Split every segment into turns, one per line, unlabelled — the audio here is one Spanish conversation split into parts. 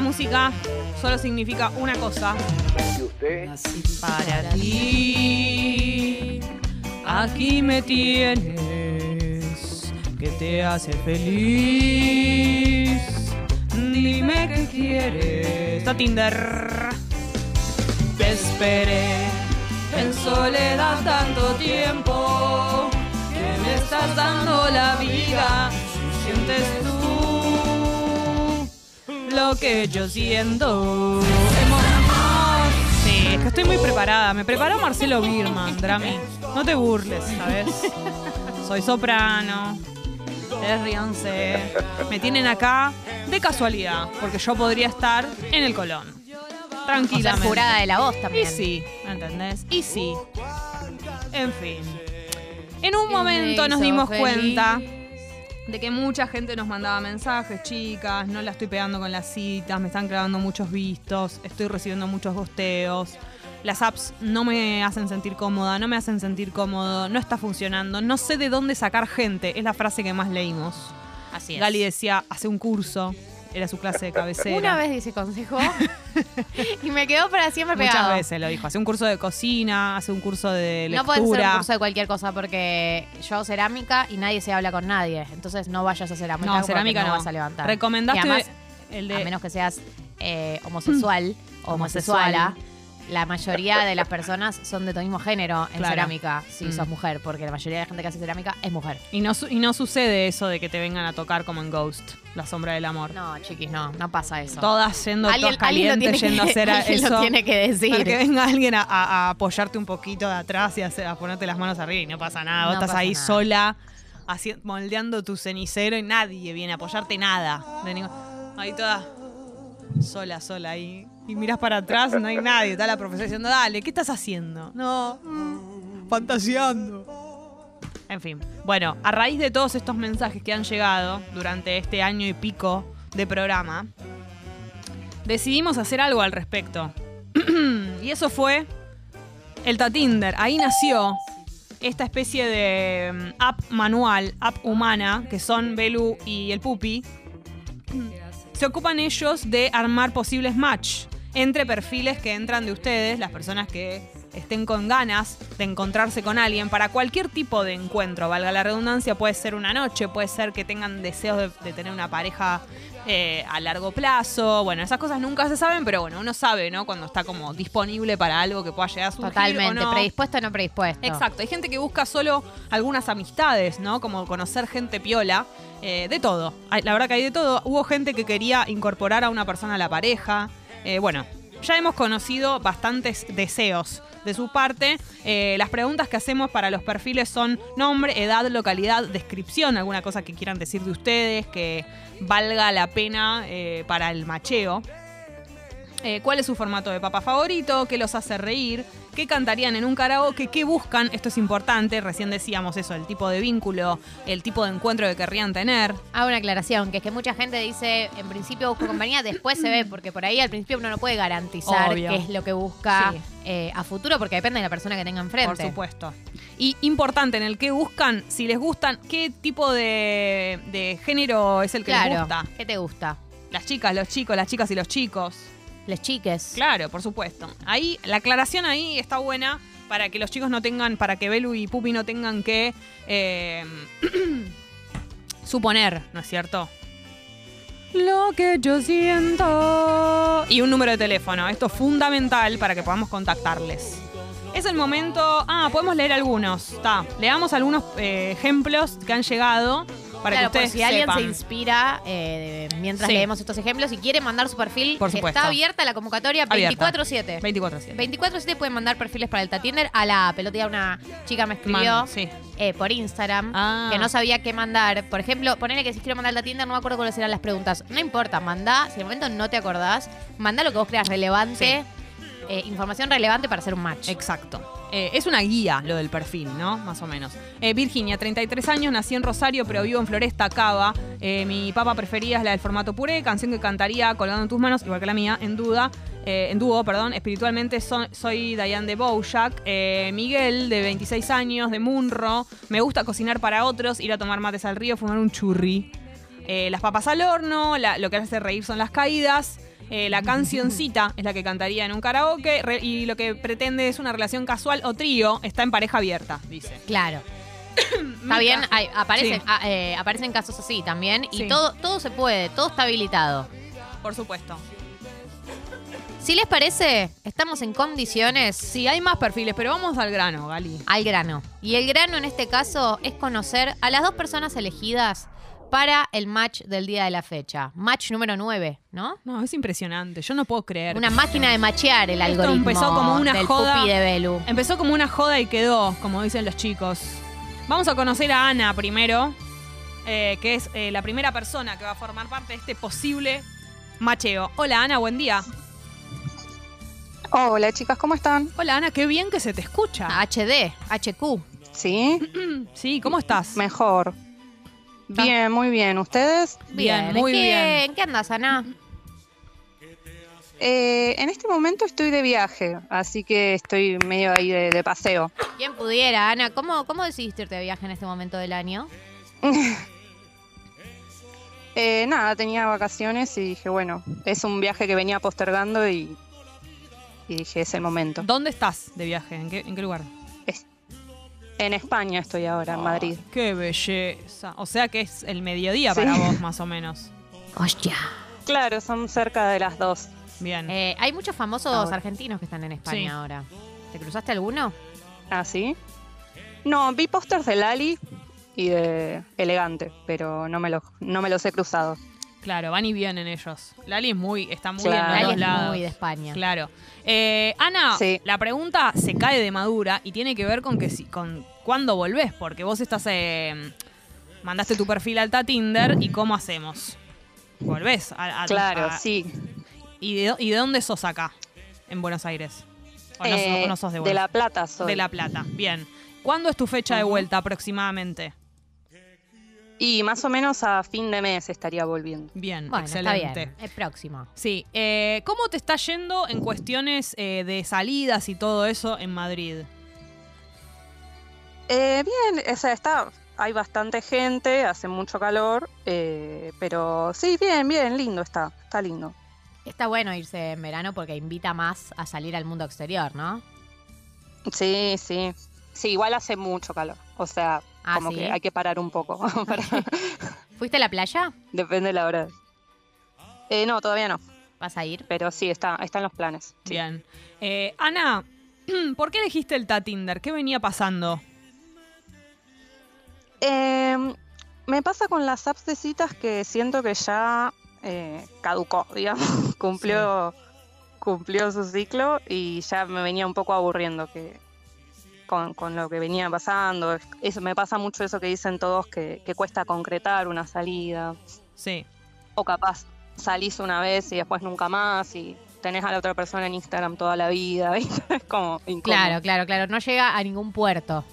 música solo significa una cosa.
¿Y usted?
Para ti, aquí me tienes, que te hace feliz. Dime qué quieres. Está Tinder. Te esperé en soledad tanto tiempo que me estás dando la vida. Si sientes tú lo que yo siento. Sí, es que estoy muy preparada. Me preparó Marcelo Birman, Drami. No te burles, ¿sabes? Soy soprano. Es Rianse. Me tienen acá de casualidad, porque yo podría estar en el Colón.
O sea,
Tranquilamente.
jurada de la voz
Y
también.
sí, ¿me entendés? Y sí. En fin. En un momento nos dimos cuenta de que mucha gente nos mandaba mensajes, chicas, no la estoy pegando con las citas, me están clavando muchos vistos, estoy recibiendo muchos gosteos. Las apps no me hacen sentir cómoda, no me hacen sentir cómodo, no está funcionando, no sé de dónde sacar gente, es la frase que más leímos.
Así es.
Gali decía, hace un curso, era su clase de cabecera.
Una vez dice consejo y me quedó para siempre
Muchas
pegado.
veces lo dijo. Hace un curso de cocina, hace un curso de
No puedes hacer un
lectura.
curso de cualquier cosa porque yo hago cerámica y nadie se habla con nadie. Entonces no vayas a cerámica.
No,
porque
cerámica no.
vas a levantar.
Recomendaste
Y además,
el
a
de.
menos que seas eh, homosexual o
Homosexual.
homosexuala, la mayoría de las personas son de tu mismo género en
Claro.
cerámica si
Mm.
sos mujer, porque la mayoría de la gente que hace cerámica es mujer.
Y no, su- y no sucede eso de que te vengan a tocar como en Ghost, la sombra del amor.
No, chiquis, no, no pasa eso.
Todas yendo todas
alguien, alguien lo
calientes,
tiene
yendo
que,
a hacer a-
alguien
eso.
lo tiene que decir.
Para que venga alguien a, a- a apoyarte un poquito de atrás y a, hacer- a ponerte las manos arriba y no pasa nada. Vos
No
estás
pasa
ahí
nada.
sola, haci- moldeando tu cenicero y nadie viene a apoyarte nada. de ningún- ahí toda sola, sola ahí. Y miras para atrás, no hay nadie. Está la profesora diciendo, dale, ¿qué estás haciendo? No, mm, fantaseando. En fin, bueno, a raíz de todos estos mensajes que han llegado durante este año y pico de programa, decidimos hacer algo al respecto. y eso fue el Tatinder. Ahí nació esta especie de mm, app manual, app humana, que son Belu y el Pupi. Se ocupan ellos de armar posibles match entre perfiles que entran de ustedes, las personas que estén con ganas de encontrarse con alguien para cualquier tipo de encuentro, valga la redundancia, puede ser una noche, puede ser que tengan deseos de, de tener una pareja eh, a largo plazo, bueno, esas cosas nunca se saben, pero bueno, uno sabe, ¿no? Cuando está como disponible para algo que pueda llegar a surgir o
Totalmente,
no.
predispuesto o no predispuesto.
Exacto, hay gente que busca solo algunas amistades, ¿no? Como conocer gente piola, eh, de todo. Hay- La verdad que hay de todo. Hubo gente que quería incorporar a una persona a la pareja. Eh, bueno, ya hemos conocido bastantes deseos de su parte. Eh, las preguntas que hacemos para los perfiles son nombre, edad, localidad, descripción, alguna cosa que quieran decir de ustedes que valga la pena eh, para el macheo. Eh, cuál es su formato de papa favorito, qué los hace reír, qué cantarían en un karaoke, qué buscan, esto es importante, recién decíamos eso, el tipo de vínculo, el tipo de encuentro que querrían tener.
Hago una aclaración, que es que mucha gente dice, en principio busco compañía, después se ve, porque por ahí al principio uno no puede garantizar
Obvio.
qué es lo que busca
Sí.
eh, a futuro, porque depende de la persona que tenga enfrente.
Por supuesto. Y importante, en el que buscan, si les gustan, qué tipo de, de género es el que les
Claro.
gusta.
¿Qué te gusta?
Las chicas, los chicos, las chicas y los chicos.
Los chiques.
Claro, por supuesto. Ahí, la aclaración ahí está buena para que los chicos no tengan, para que Belu y Pupi no tengan que eh, suponer, ¿no es cierto? Lo que yo siento. Y un número de teléfono. Esto es fundamental para que podamos contactarles. Es el momento. Ah, podemos leer algunos. Está. Leamos algunos eh, ejemplos que han llegado para
Claro,
que
por
ustedes
si alguien
sepan.
se inspira eh, de- mientras
Sí.
leemos estos ejemplos y quiere mandar su perfil,
Por supuesto.
está abierta la convocatoria
Abierta.
24-7.
24-7.
24-7 pueden mandar perfiles para el Tatinder a la pelotilla. Una chica me escribió
Man- Sí.
eh, por Instagram
Ah.
que no sabía qué mandar. Por ejemplo, ponele que si quiero mandar la tienda, no me acuerdo cuáles eran las preguntas. No importa, mandá, si de momento no te acordás, mandá lo que vos creas relevante, eh, información relevante para hacer un match.
Exacto. Eh, es una guía lo del perfil, ¿no? Más o menos. Eh, Virginia, 33 años, nací en Rosario, pero vivo en Floresta, Cava. Eh, mi papa preferida es la del formato puré, canción que cantaría colgando en tus manos, igual que la mía, en duda. eh, en dúo, perdón. Espiritualmente so- soy Diane de Bojack. Eh, Miguel, de 26 años, de Munro. Me gusta cocinar para otros, ir a tomar mates al río, fumar un churri. Eh, las papas al horno, la- lo que hace reír son las caídas. Eh, la cancioncita es la que cantaría en un karaoke re- y lo que pretende es una relación casual o trío. Está en pareja abierta, dice.
Claro. Está bien, hay- aparecen,
Sí.
a- eh, aparecen casos así también. Y
Sí.
todo, todo se puede, todo está habilitado.
Por supuesto.
Si les parece, estamos en condiciones
Sí, hay más perfiles, pero vamos al grano, Gali.
al grano. Y el grano en este caso es conocer a las dos personas elegidas para el match del día de la fecha. Match número 9, ¿no?
No, es impresionante. Yo no puedo creer.
Una máquina de machear el algoritmo.
empezó como una
del
joda.
pupi de Belu.
Empezó como una joda y quedó, como dicen los chicos. Vamos a conocer a Ana primero, eh, que es eh, la primera persona que va a formar parte de este posible macheo. Hola Ana, buen día.
Hola chicas, ¿cómo están?
Hola Ana, qué bien que se te escucha.
HD, HQ.
Sí,
Sí, ¿cómo estás?
mejor. Bien, muy bien. ¿Ustedes?
Bien,
Bien,
muy
¿En qué-
bien.
¿En qué andas, Ana?
Eh, en este momento estoy de viaje, así que estoy medio ahí de, de paseo.
¿Quién pudiera, Ana? ¿Cómo, ¿Cómo decidiste irte de viaje en este momento del año?
Eh, nada, tenía vacaciones y dije, bueno, es un viaje que venía postergando y, y dije, es el momento.
¿Dónde estás de viaje? ¿En qué, en qué lugar?
En España estoy ahora, en Madrid.
Qué belleza. O sea que es el mediodía
Sí.
para vos, más o menos.
Hostia.
Claro, son cerca de las dos.
Bien.
Eh, hay muchos famosos
Ahora.
argentinos que están en España
Sí.
ahora. ¿Te cruzaste alguno?
¿Ah, sí? No, vi pósters de Lali y de Elegante, pero no me, los, no me los he cruzado.
Claro, van y vienen ellos. Lali es muy, está muy en
Claro.
Nadie
los
es
dos lados.
muy de España.
Claro. Eh, Ana,
Sí.
la pregunta se cae de madura y tiene que ver con que si- con cuándo volvés, porque vos estás eh, mandaste tu perfil alta Tinder y cómo hacemos. Volvés a, a-
Claro,
a-
sí.
¿y, de, y de dónde sos acá? En Buenos Aires. O no,
Eh,
o no sos de
de,
Buenos
La Plata soy.
De La Plata. Bien. ¿Cuándo es tu fecha de vuelta aproximadamente?
Y más o menos a fin de mes estaría volviendo.
Bien,
Bueno,
excelente.
está bien. Es próximo.
Sí, eh, ¿cómo te está yendo en cuestiones eh, de salidas y todo eso en Madrid?
Eh, bien, o sea, está, hay bastante gente, hace mucho calor, eh, pero sí, bien, bien, lindo está, está lindo.
Está bueno irse en verano porque invita más a salir al mundo exterior, ¿no?
Sí, sí. Sí, igual hace mucho calor. O sea,
Ah,
como
¿sí?
que hay que parar un poco. para-
¿Fuiste a la playa?
depende de la hora. Eh, no, todavía no,
¿Vas a ir?
pero sí, está, están los planes. sí.
Bien. Eh, Ana, ¿por qué elegiste el Tatinder? ¿Qué venía pasando?
Eh, me pasa con las apps de citas que siento que ya eh, caducó, digamos. cumplió, cumplió su ciclo y ya me venía un poco aburriendo que con, con lo que venía pasando. Eso, me pasa mucho eso que dicen todos que, que cuesta concretar una salida.
Sí,
O capaz salís una vez y después nunca más y tenés a la otra persona en Instagram toda la vida. ¿viste? Es como incómodo.
Claro, claro, claro. No llega a ningún puerto.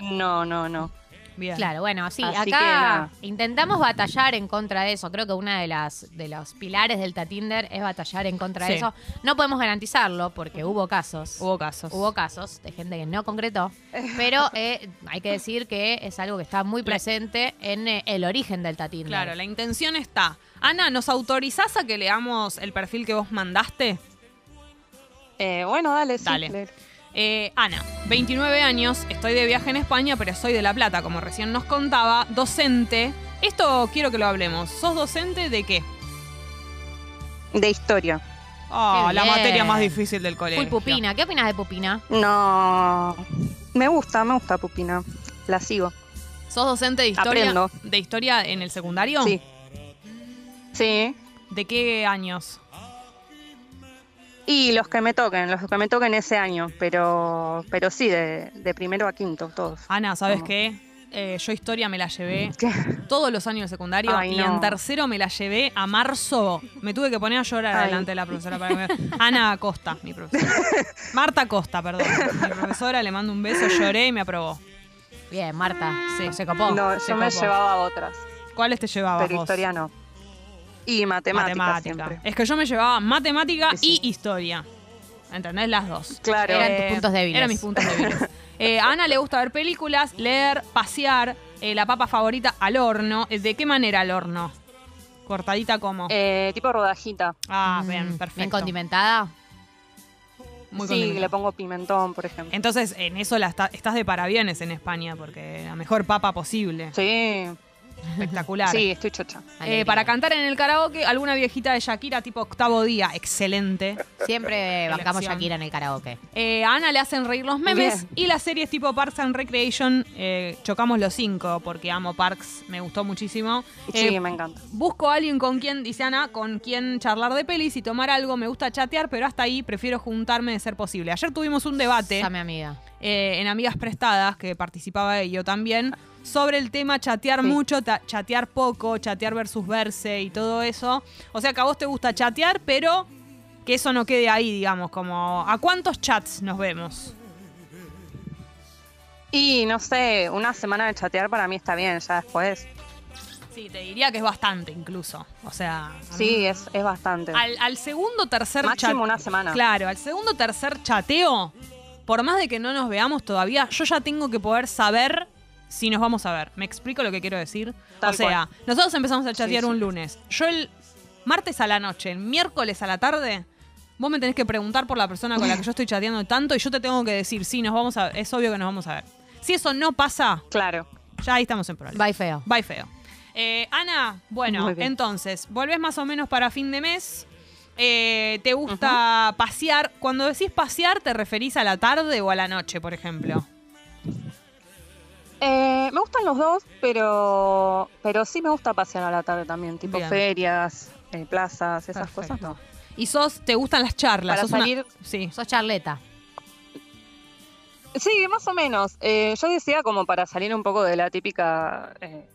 No, no, no.
bien.
Claro, bueno, sí,
Así que
acá
nada.
intentamos batallar en contra de eso. Creo que una de las de los pilares del Tatinder es batallar en contra de
Sí.
eso. No podemos garantizarlo porque hubo casos.
Hubo casos.
Hubo casos de gente que no concretó, pero eh, hay que decir que es algo que está muy presente en eh, el origen del Tatinder.
Claro, la intención está. Ana, ¿nos autorizás a que leamos el perfil que vos mandaste?
Eh, bueno, dale, sí,
Dale.
le-
Eh, Ana, 29 años, estoy de viaje en España, pero soy de La Plata, como recién nos contaba, docente. Esto quiero que lo hablemos. ¿Sos docente de qué?
de historia.
Ah,
Qué
la
bien.
materia más difícil del
Full
colegio.
Pupina, ¿qué opinas de Pupina?
No. Me gusta, me gusta Pupina. La sigo.
¿Sos docente de historia?
Aprendo.
¿De historia en el secundario?
Sí. Sí.
¿De qué años?
Y los que me toquen, los que me toquen ese año, pero pero sí, de, de primero a quinto, todos.
Ana, ¿sabes
Como-
qué? Eh, yo historia me la llevé todos los años de secundario
Ay,
y
no.
en tercero me la llevé a marzo. Me tuve que poner a llorar
Ay.
delante de la profesora. Para que me- Ana Costa, mi profesora. Marta Costa, perdón. Mi profesora, le mando un beso, lloré y me aprobó.
Bien, Marta,
Sí.
se copó.
No,
se
yo me
copó.
llevaba otras,
¿Cuáles te llevabas
pero
vos?
historia no. Y matemáticas siempre.
Es que yo me llevaba matemática
Sí, sí.
y historia. ¿Entendés? Las dos.
Claro.
Eran tus puntos débiles.
Eran mis puntos débiles. Eh, a Ana le gusta ver Eh, películas, leer, pasear, eh, la papa favorita al horno. ¿De qué manera al horno? Cortadita como.
Eh, tipo rodajita.
ah,
Mm,
bien, perfecto. Eh,
Bien condimentada.
Muy
sí,
condimentada.
le pongo pimentón, por ejemplo.
Entonces, en eso la está- estás de parabienes en España, porque la mejor papa posible.
Sí,
Espectacular.
sí, estoy chocha.
Eh,
Alegría.
para cantar en el karaoke, alguna viejita de Shakira tipo octavo día. Excelente.
Siempre bancamos
Elección.
Shakira en el karaoke.
Eh, a Ana le hacen reír los memes.
Bien.
Y las series tipo Parks and Recreation, eh, chocamos los cinco, porque amo Parks, me gustó muchísimo.
Sí,
Eh,
me encanta.
Busco a alguien con quien, dice Ana, con quien charlar de pelis y tomar algo. Me gusta chatear, pero hasta ahí prefiero juntarme de ser posible. Ayer tuvimos un debate
Llame amiga.
eh, en Amigas Prestadas, que participaba de yo también, sobre el tema chatear
Sí.
mucho, ta- chatear poco, chatear versus verse y todo eso. O sea que a vos te gusta chatear, pero que eso no quede ahí, digamos, como ¿a cuántos chats nos vemos?
Y no sé, una semana de chatear para mí está bien, ya después.
Sí, te diría que es bastante incluso. O sea,
Sí, es, es bastante.
Ah, al, al segundo, tercer chat.
Máximo una semana.
Claro, al segundo tercer chateo, por más de que no nos veamos todavía, yo ya tengo que poder saber si nos vamos a ver. ¿Me explico lo que quiero decir?
Tal
o sea, nosotros empezamos a chatear
Sí, sí.
un lunes. Yo el martes a la noche, el miércoles a la tarde, vos me tenés que preguntar por la persona con la que yo estoy chateando tanto y yo te tengo que decir, sí, nos vamos a ver. Es obvio que nos vamos a ver. Si eso no pasa,
Claro.
ya ahí estamos en problemas.
Bye feo.
Bye feo. Eh, Ana, bueno,
Muy bien.
entonces, volvés más o menos para fin de mes. Eh, ¿Te gusta pasear? Cuando decís pasear, ¿te referís a la tarde o a la noche, por ejemplo?
Eh, me gustan los dos, pero, pero sí me gusta pasear a la tarde también, tipo
Bien.
ferias, eh, plazas, esas
Perfecto.
cosas no.
¿Y sos, te gustan las charlas?
Para
sos una-
salir-
Sí.
Sos charleta.
Sí, más o menos. Eh, yo decía como para salir un poco de la típica eh,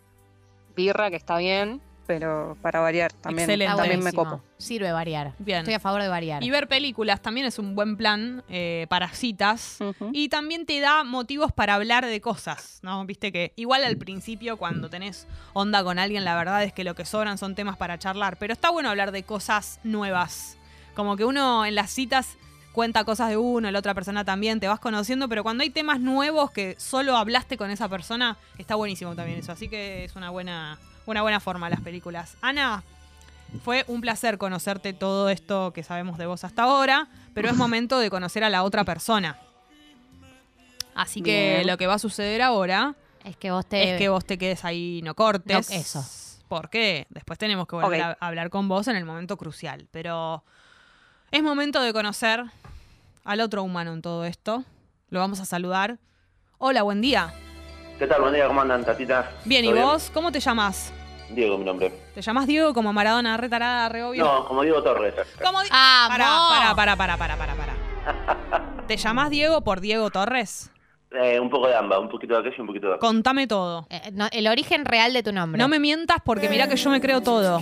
birra, que está bien, pero para variar también,
Excelente.
Está
también me
buenísimo.
copo.
Sirve variar.
Bien.
Estoy a favor de variar.
Y ver películas también es un buen plan eh, para citas.
Ujú.
Y también te da motivos para hablar de cosas, ¿no? Viste que igual al principio cuando tenés onda con alguien, la verdad es que lo que sobran son temas para charlar, pero está bueno hablar de cosas nuevas. Como que uno en las citas cuenta cosas de uno, la otra persona también, te vas conociendo, pero cuando hay temas nuevos que solo hablaste con esa persona, está buenísimo también eso. Así que es una buena, una buena forma las películas. Ana, fue un placer conocerte todo esto que sabemos de vos hasta ahora, pero es momento de conocer a la otra persona. Así que
Bien.
lo que va a suceder ahora
Es que vos te.
es que vos te quedes ahí, no cortes.
No, eso.
Porque después tenemos que volver
Ok.
a hablar con vos en el momento crucial. Pero es momento de conocer al otro humano en todo esto. Lo vamos a saludar. Hola, buen día.
¿Qué tal? Buen día, ¿cómo andan, tatita?
Bien, ¿y
¿Todo
vos? ¿Cómo te llamas?
Diego, mi nombre.
¿Te llamas Diego como Maradona, retarada, re obvio?
No, como Diego Torres.
¿Cómo di-
¡Vamos!
Pará, pará, pará, pará, pará, pará, pará. ¿Te llamás Diego por Diego Torres?
Eh, un poco de ambas, un poquito de aquello y un poquito de acá.
Contame todo.
Eh, no, el origen real de tu nombre.
No me mientas porque mirá que yo me creo todo.
Nazco-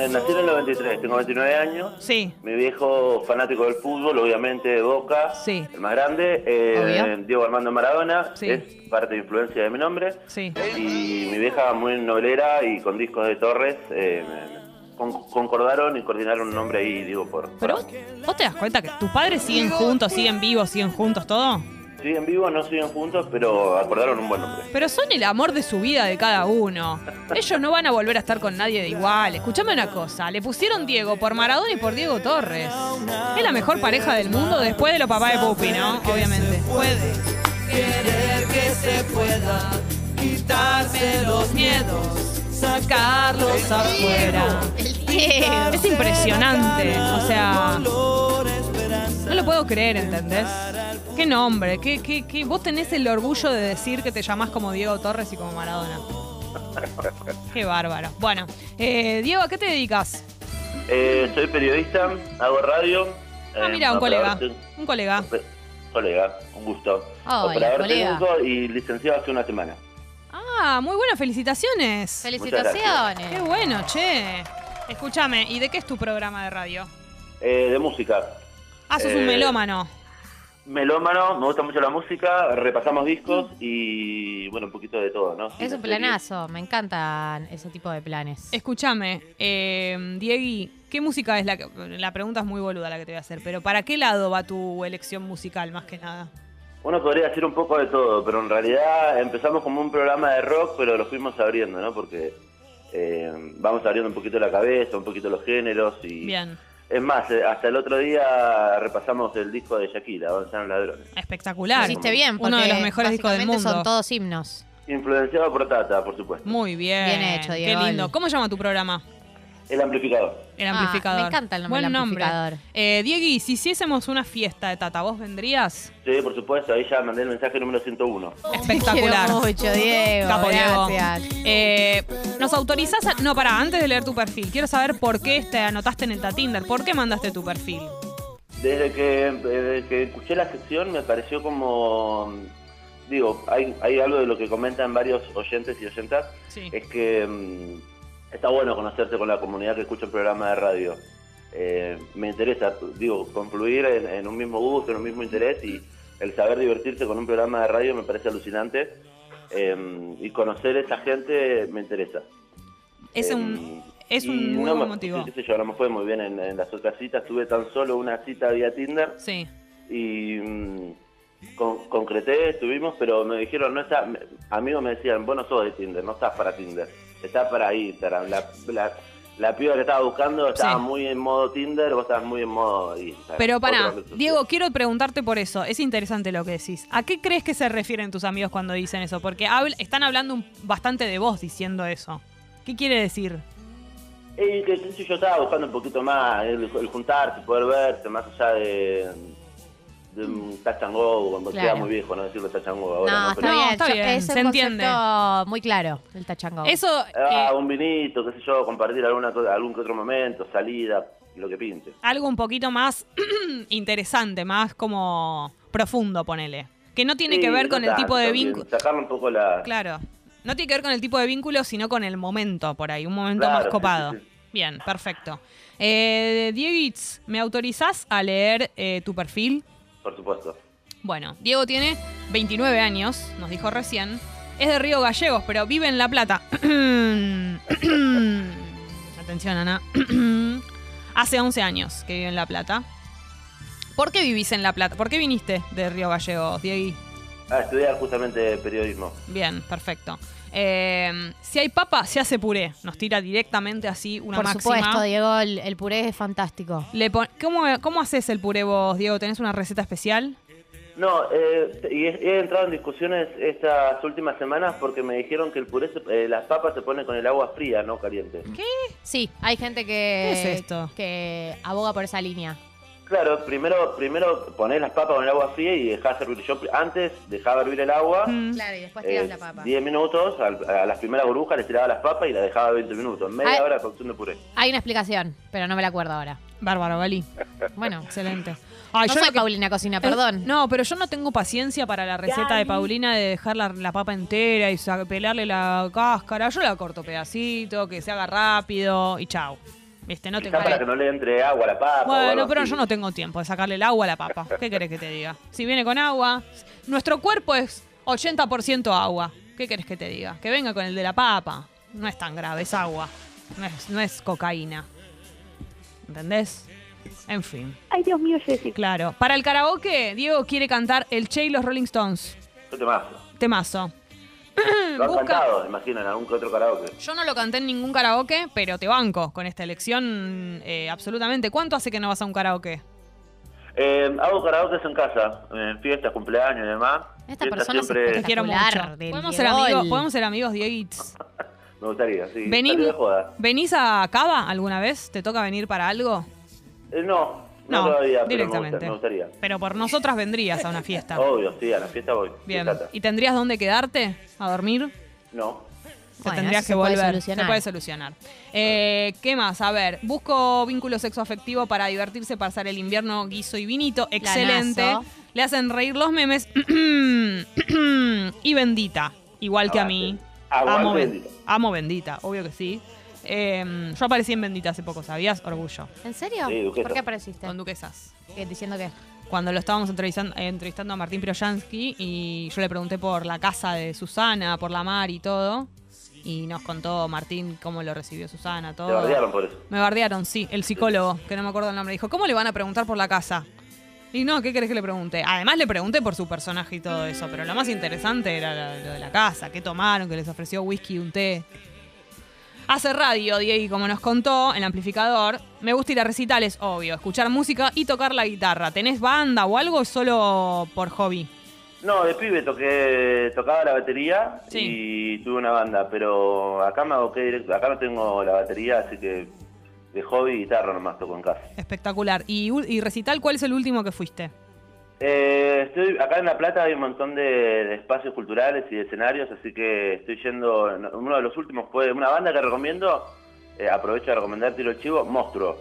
eh, nací en el 93, tengo 29 años.
Sí,
Mi viejo fanático del fútbol, obviamente de Boca,
Sí.
el más grande. eh,
Obvio.
Diego Armando Maradona,
Sí.
es parte de influencia de mi nombre.
sí.
Y mi vieja muy novelera y con discos de Torres eh, me- con- concordaron y coordinaron un nombre ahí, digo, por...
Pero
por-
vos- vos te das cuenta que tus padres siguen juntos, siguen vivos, siguen juntos, todo.
Siguen vivos, no siguen juntos, pero acordaron un buen nombre.
Pero son el amor de su vida de cada uno. Ellos no van a volver a estar con nadie de igual. Escuchame una cosa, le pusieron Diego por Maradona y por Diego Torres. Es la mejor pareja del mundo después de los papás de Pupi, ¿no? Obviamente. Puede querer que se pueda quitarse los miedos, sacarlos afuera.
El Diego.
Es impresionante, o sea. No lo puedo creer, ¿entendés? Qué nombre, qué, qué, qué- Vos tenés el orgullo de decir que te llamás como Diego Torres y como Maradona. Qué bárbaro. Bueno, eh, Diego, ¿a qué te dedicas?
Eh, soy periodista, hago radio.
Ah,
eh,
mira, un colega.
operador
Un colega.
te- Colega, un gusto.
Hola,
operador
colega.
técnico y licenciado hace una semana.
Ah, muy buenas, felicitaciones. Qué
Felicitaciones.
bueno, che. Escúchame, ¿y de qué es tu programa de radio?
Eh, de música.
Ah, sos un
Eh,
melómano.
Melómano, me gusta mucho la música, repasamos discos y bueno, un poquito de todo, ¿no?
Es
Cine,
un planazo. Me encantan ese tipo de planes.
Escúchame, eh, Diegui, ¿qué música es la que.? La pregunta es muy boluda la que te voy a hacer, pero ¿para qué lado va tu elección musical más que nada?
series. Uno podría decir un poco de todo, pero en realidad empezamos como un programa de rock, pero lo fuimos abriendo, ¿no? Porque eh, vamos abriendo un poquito la cabeza, un poquito los géneros y...
Bien,
Es más, eh, hasta el otro día repasamos el disco de Shakira, Avanzaron Ladrones.
espectacular.
Hiciste bien, porque
Uno de los mejores discos del
básicamente
mundo.
son todos himnos.
Influenciado por Tata, por supuesto.
Muy bien.
Bien hecho, Diego.
Qué lindo. ¿Cómo llama tu programa?
El amplificador.
El
Ah,
amplificador.
me encanta el nombre
Buen
del amplificador.
Nombre. Eh, Diegui, si hiciésemos una fiesta de Tata, ¿vos vendrías?
Sí, por supuesto, ahí ya mandé el mensaje número 101.
Espectacular.
Quiero mucho, Diego.
Capo, Diego.
gracias.
Eh, ¿Nos autorizás a.? No, pará, antes de leer tu perfil, quiero saber por qué te anotaste en el Tatinder. ¿Por qué mandaste tu perfil?
Desde que, desde que escuché la sección me pareció como... Digo, hay, hay algo de lo que comentan varios oyentes y oyentas,
Sí.
es que mm, está bueno conocerse con la comunidad que escucha el programa de radio. Eh, me interesa, digo, confluir en, en un mismo gusto, en un mismo interés y el saber divertirse con un programa de radio me parece alucinante eh, y conocer esa gente me interesa.
Es
Eh,
un. es
y
un muy
no
buen
me-
motivo.
qué sé yo, no me fue muy bien en, en las otras citas, tuve tan solo una cita vía Tinder
Sí.
y mm, con- concreté, estuvimos, pero me dijeron, no está, me- amigos me decían, vos no sos de Tinder, no estás para Tinder, estás para Instagram. La, la, la piba que estaba buscando estaba
Sí.
muy en modo Tinder, vos estabas muy en modo Instagram.
Pero pará,
Otra red social.
Diego, quiero preguntarte por eso. Es interesante lo que decís. ¿A qué crees que se refieren tus amigos cuando dicen eso? Porque habl- están hablando un- bastante de vos diciendo eso. ¿Qué quiere decir?
Y que qué sé yo estaba buscando un poquito más, el, el juntarse, poder verse, más allá de, de un touch and go, cuando
Claro.
queda muy viejo, no decirlo touch and go ahora.
No,
¿no?
está
Pero-
bien.
Mm. está
yo-
bien,
Es
se
un concepto
entiende.
muy claro, el tachango.
Eso.
Ah,
eh,
un vinito, qué sé yo, compartir alguna, co- algún que otro momento, salida, lo que pinte.
algo un poquito más interesante, más como profundo, ponele. Que no tiene
Sí,
que ver
no
con el
tanto
tipo de
también,
vínculo.
Sacarle un poco la...
Claro. No tiene que ver con el tipo de vínculo, sino con el momento por ahí, un momento
Claro,
más
sí,
copado.
sí, sí.
Bien, perfecto. Eh, Dieguitz, ¿me autorizás a leer eh, tu perfil?
Por supuesto.
Bueno, Diego tiene 29 años, nos dijo recién. Es de Río Gallegos, pero vive en La Plata. Atención, Ana. Hace 11 años que vive en La Plata. ¿Por qué vivís en La Plata? ¿Por qué viniste de Río Gallegos, Diego?
A Ah, estudiar justamente periodismo.
Bien, perfecto. Eh, si hay papa, se hace puré. Nos tira directamente así una
Por
máxima.
supuesto, Diego, el, el puré es fantástico.
Le pon- ¿Cómo, ¿Cómo haces el puré vos, Diego? ¿Tenés una receta especial?
No, eh, y he, he entrado en discusiones estas últimas semanas porque me dijeron que el puré, se- eh, las papas se ponen con el agua fría, no caliente.
Sí, hay gente que,
¿Qué es esto?
que aboga por esa línea.
Claro, primero primero ponés las papas con el agua fría y dejás hervir. Yo pr- antes dejaba hervir el agua.
Mm.
Claro, y después
eh, 10 minutos, al- a las primeras burbujas les tiraba las papas y las dejaba 20 minutos. Media
Ay.
Ah,
hora de cocción de puré.
Hay una explicación, pero no me la acuerdo ahora.
Bárbaro, Gali.
Bueno,
Excelente. Ay, yo
no soy
lo que-
Paulina Cocina, perdón.
Eh, No, pero yo no tengo paciencia para la receta de Paulina de dejar la, la papa entera y sa- pelarle la cáscara. Yo la corto pedacito, que se haga rápido y chau. Viste, no tengo
Quizá para que no le entre agua a la papa. o
Bueno,
algo
pero
así.
yo no tengo tiempo de sacarle el agua a la papa. ¿Qué querés que te diga? Si viene con agua, nuestro cuerpo es 80% agua. ¿Qué querés que te diga? Que venga con el de la papa. No es tan grave, es agua. No es, no es cocaína. ¿Entendés? En fin.
Ay, Dios mío, Jessy.
Claro. Para el karaoke, Diego quiere cantar El Che y los Rolling Stones.
Yo te mazo.
Temazo.
Lo
Mm,
han
Busca-
cantado, imagino, en algún que otro karaoke.
Yo no lo canté en ningún karaoke, pero te banco con esta elección eh, absolutamente. ¿Cuánto hace que no vas a un karaoke?
Eh, hago karaokes en casa, en fiestas, cumpleaños y demás.
Esta
Fiestas
persona es
Te
espectacular.
quiero mucho.
del
Podemos ser,
Diegol.
amigos, podemos ser amigos, Dieguitz.
Me gustaría, sí.
Venís,
Salir de joda.
¿Venís a Cava alguna vez? ¿Te toca venir para algo?
Eh, no,
No,
no, todavía, pero me,
directamente.
gusta- me gustaría.
Pero por nosotras vendrías a una fiesta.
Obvio, sí, a la fiesta voy.
Bien.
Fiestata.
¿Y tendrías dónde quedarte? ¿A dormir?
No.
Te
Bueno,
tendrías
eso
que
se puede
volver.
solucionar.
Se puede solucionar. Eh, ¿Qué más? A ver, busco vínculo sexoafectivo para divertirse, pasar el invierno, guiso y vinito. Excelente.
Planazo.
Le hacen reír los memes. y bendita. Igual que a mí.
Aguante. Ah,
Amo, Ben-
Bendita.
amo Bendita, obvio que sí. Eh, yo aparecí en Bendita hace poco, ¿sabías? Orgullo.
¿En serio?
Sí, Duquesa.
¿Por qué apareciste?
Con Duquesas.
Eh, Diciendo que.
Cuando lo estábamos entrevistando, eh, entrevistando a Martín Piroyansky y yo le pregunté por la casa de Susana, por la mar y todo. Y nos contó Martín cómo lo recibió Susana,
Te
todo.
bardearon por eso.
Me bardearon, sí. El psicólogo, que no me acuerdo el nombre, dijo, ¿cómo le van a preguntar por la casa? Y no, ¿qué querés que le pregunte? Además le pregunté por su personaje y todo eso, pero lo más interesante era lo, lo de la casa, qué tomaron, que les ofreció whisky y un té. Hace radio, Diego, como nos contó, en amplificador. Me gusta ir a recitales, obvio, escuchar música y tocar la guitarra. ¿Tenés banda o algo o solo por hobby?
No, de pibe toqué, tocaba la batería
Sí.
y tuve una banda, pero acá me aboqué directo, acá no tengo la batería, así que de hobby guitarra nomás toco en casa.
Espectacular. ¿Y, ul- y recital cuál es el último que fuiste?
Eh, estoy acá en La Plata hay un montón de, de espacios culturales y de escenarios, así que estoy yendo, uno de los últimos fue una banda que recomiendo, eh, aprovecho de recomendar tiro el chivo, Monstruo.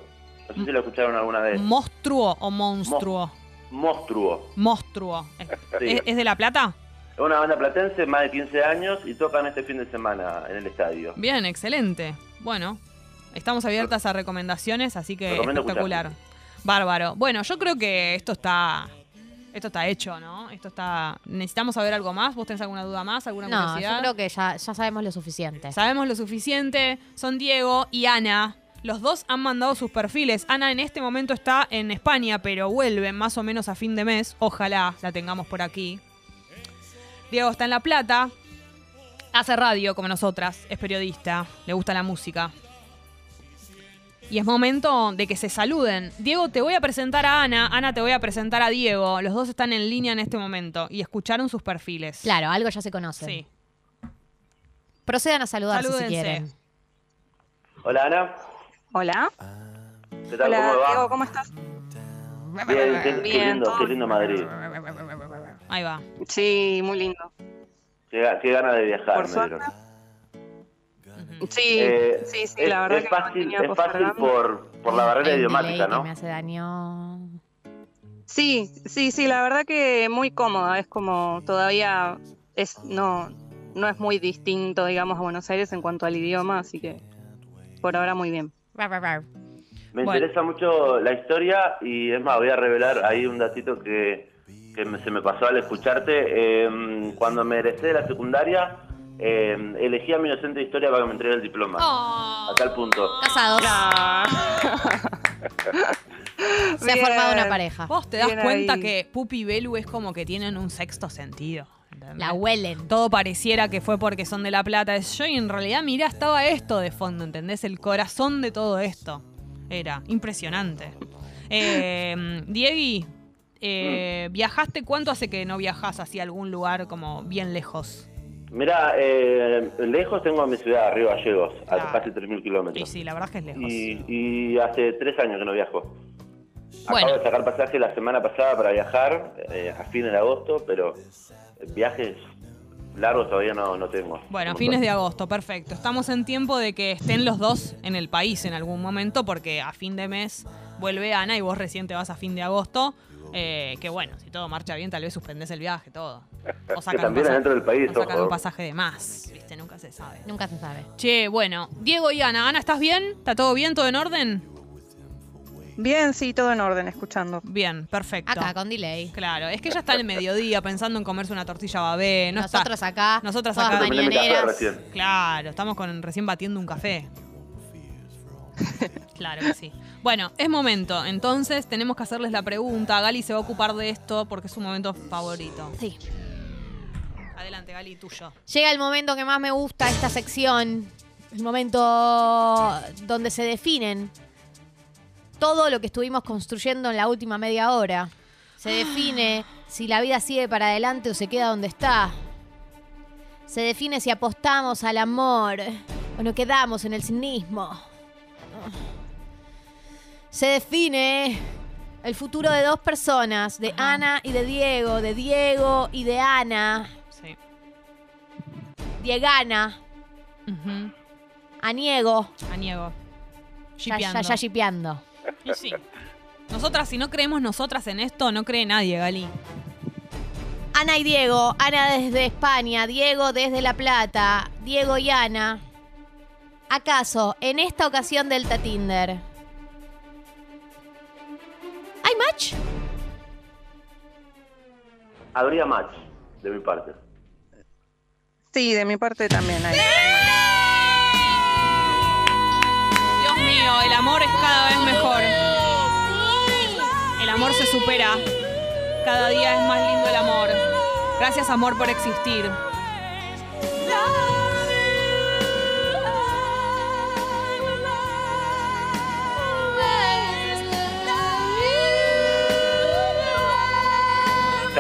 No sé si lo escucharon alguna vez.
¿Monstruo o monstruo?
Monstruo.
Monstruo.
Sí.
Eh,
¿Es, es de La Plata?
Es una banda platense, más de 15 años, y tocan este fin de semana en el estadio.
Bien, excelente. Bueno, estamos abiertas a recomendaciones, así que
Recomiendo
espectacular. Bárbaro. Bueno, yo creo que esto está. Esto está hecho, ¿no? Esto está. ¿Necesitamos saber algo más? ¿Vos tenés alguna duda más? ¿Alguna
No,
curiosidad?
yo creo que ya, ya sabemos lo suficiente.
Sabemos lo suficiente. Son Diego y Ana. Los dos han mandado sus perfiles. Ana en este momento está en España, pero vuelve más o menos a fin de mes. Ojalá la tengamos por aquí. Diego está en La Plata. Hace radio como nosotras. Es periodista. Le gusta la música. Y es momento de que se saluden. Diego, te voy a presentar a Ana. Ana, te voy a presentar a Diego. Los dos están en línea en este momento y escucharon sus perfiles.
Claro, algo ya se conoce.
Sí.
Procedan a saludarse
Salúdense.
si quieren.
Hola Ana,
Hola.
¿qué tal?
Hola,
¿Cómo va?
Diego, ¿cómo estás?
Bien, qué, qué
Bien,
lindo,
todo
qué lindo Madrid.
Ahí va.
Sí, muy lindo.
Qué, ga- qué ganas de viajar,
Por
me
suerte.
dieron.
Sí,
Eh,
sí, sí,
es,
la verdad
es
que lo
fácil,
venía
es fácil
postergando.
por, por la barrera
El
idiomática,
delay que
¿no?
me hace daño.
Sí, sí, sí, la verdad que muy cómoda, es como todavía es no no es muy distinto, digamos, a Buenos Aires en cuanto al idioma, así que por ahora muy bien.
Rar, rar, rar.
Me
Bueno.
interesa mucho la historia y es más, voy a revelar ahí un datito que, que me- se me pasó al escucharte. Eh, cuando me egresé de la secundaria, eh, elegí a mi docente de historia para que me entregue el diploma.
Oh.
A tal punto.
Oh. Casados. Ah. Se ha
Bien.
formado una pareja.
Vos te das
Bien
cuenta
ahí.
que Pupi y Belu es como que tienen un sexto sentido. ¿entendés?
La huelen.
Todo pareciera que fue porque son de La Plata. Es Yo y en realidad, mirá, estaba esto de fondo, ¿entendés? El corazón de todo esto. Era impresionante. Eh, Diegui, eh, ¿viajaste? ¿Cuánto hace que no viajas hacia algún lugar como bien lejos?
Mira, eh, lejos tengo a mi ciudad, Río Gallegos,
Claro.
a casi 3.000
Y
kilómetros.
sí, la verdad es que es lejos.
Y, y hace tres años que no viajo. Acabo
Bueno.
de sacar pasaje la semana pasada para viajar, eh, a fines de agosto, pero viajes largos todavía no, no tengo.
Bueno, fines de agosto, perfecto. Estamos en tiempo de que estén los dos en el país en algún momento, porque a fin de mes vuelve Ana y vos recién te vas a fin de agosto. Eh, que bueno, si todo marcha bien, tal vez suspendés el viaje, todo. O sacan, un
también
pasaje,
adentro del país,
o sacan
ojo.
un pasaje de más, viste, nunca se sabe.
Nunca se sabe.
Che, bueno, Diego y Ana, Ana, ¿estás bien? ¿Está todo bien? ¿Todo en orden?
Bien, sí, todo en orden, escuchando.
Bien, perfecto.
Acá, con delay.
Claro, es que ella está en el mediodía pensando en comerse una tortilla babé. No está-
Nosotros acá.
Nosotras
todas
acá.
Yo terminé mi café
mañaneras.
recién.
Claro, estamos con, recién batiendo un café. Claro que sí. Bueno, es momento. Entonces tenemos que hacerles la pregunta. Gali se va a ocupar de esto porque es su momento favorito.
Sí.
Adelante, Gali, tuyo.
Llega el momento que más me gusta de esta sección. El momento donde se definen todo lo que estuvimos construyendo en la última media hora. Se define si la vida sigue para adelante o se queda donde está. Se define si apostamos al amor o nos quedamos en el cinismo. Se define el futuro de dos personas, de Ana y de Diego, de Diego y de Ana.
Sí.
Diegana,
Ujú.
Aniego,
Aniego.
ya, ya,
Shippeando.
ya shipeando.
Y sí. Nosotras, si no creemos nosotras en esto, no cree nadie, Gali.
Ana y Diego, Ana desde España, Diego desde La Plata, Diego y Ana. ¿Acaso en esta ocasión Delta Tinder? ¿Hay match?
Habría match, de mi parte.
Sí, de mi parte también. ahí.
Dios mío, el amor es cada vez mejor. El amor se supera. Cada día es más lindo el amor. Gracias, amor, por existir.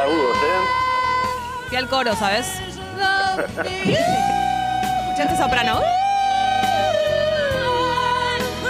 agudos, ¿eh?
Fui al coro, ¿sabes? ¿Escuchaste soprano?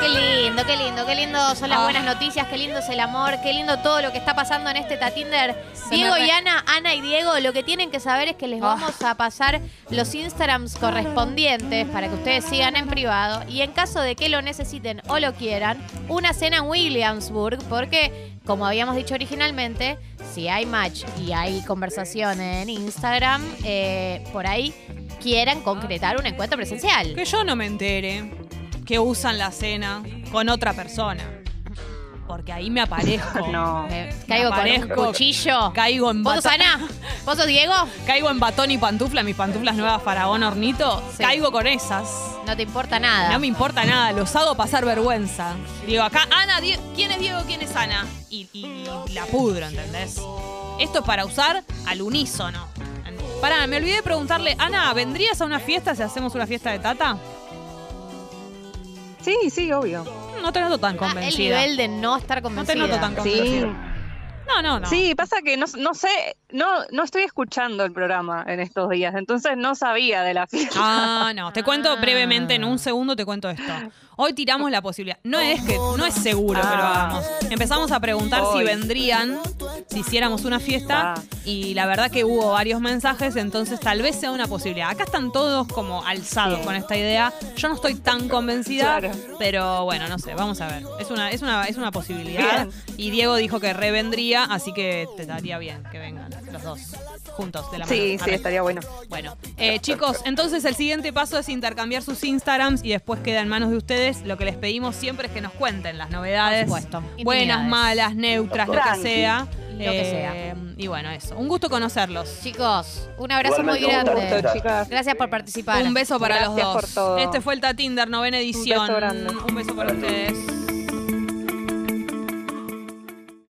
Qué lindo, qué lindo, qué lindo son las
Ah.
buenas noticias, qué lindo es el amor, qué lindo todo lo que está pasando en este Tatinder.
Se
Diego
me re-
y Ana, Ana y Diego, lo que tienen que saber es que les
Ah.
vamos a pasar los Instagrams correspondientes para que ustedes sigan en privado. Y en caso de que lo necesiten o lo quieran, una cena en Williamsburg, porque como habíamos dicho originalmente, si hay match y hay conversación en Instagram, eh, por ahí quieran concretar un encuentro presencial.
Que yo no me entere que usan la cena con otra persona. Porque ahí me aparezco.
No.
Eh, caigo con un
Aparezco.
cuchillo.
Caigo en
¿Vos sos
bata-
Ana? ¿Vos sos Diego?
Caigo en batón y pantufla, mis pantuflas nuevas faraón hornito.
Sí.
Caigo con esas.
No te importa nada. Ah,
No me importa nada, los hago pasar vergüenza. Digo, acá, Ana, Die- ¿quién es Diego? ¿Quién es Ana? Y, y- y la pudro, ¿entendés? Esto es para usar al unísono. Pará, me olvidé de preguntarle, Ana, ¿vendrías a una fiesta si hacemos una fiesta de tata?
Sí, sí, obvio.
No te noto tan
Ah, el
convencida.
nivel de no estar
No
convencida.
te noto tan
Sí.
convencida. No, no, no.
Sí, pasa que no, no sé, no, no estoy escuchando el programa en estos días, entonces no sabía de la fiesta.
Ah, no. Te cuento
Ah.
brevemente, en un segundo te cuento esto. Hoy tiramos la posibilidad. No es que no es seguro que lo
Ah.
hagamos. Empezamos a preguntar si
Hoy.
vendrían, si hiciéramos una fiesta.
Ah.
Y la verdad que hubo varios mensajes, entonces tal vez sea una posibilidad. Acá están todos como alzados
Sí.
con esta idea. Yo no estoy tan convencida,
Claro.
pero bueno, no sé, vamos a ver. Es una, es una, es una posibilidad.
Bien.
Y Diego dijo que revendría, así que te daría bien que vengan los dos juntos de la mano.
Sí, sí,
Arre.
estaría bueno.
Bueno, eh, chicos, entonces el siguiente paso es intercambiar sus Instagrams y después queda en manos de ustedes. Lo que les pedimos siempre es que nos cuenten las novedades.
Por supuesto.
Buenas,
Intimidades.
malas, neutras, lo que
Tranqui.
sea. Eh,
Lo que sea.
Y bueno, eso. Un gusto conocerlos.
Chicos, un abrazo muy
Igualmente, un
grande.
gusto,
chicas.
Gracias por participar.
Un beso para
Gracias
los dos.
por todo.
Este fue el Tatinder, novena edición.
beso grande.
Un beso para ustedes.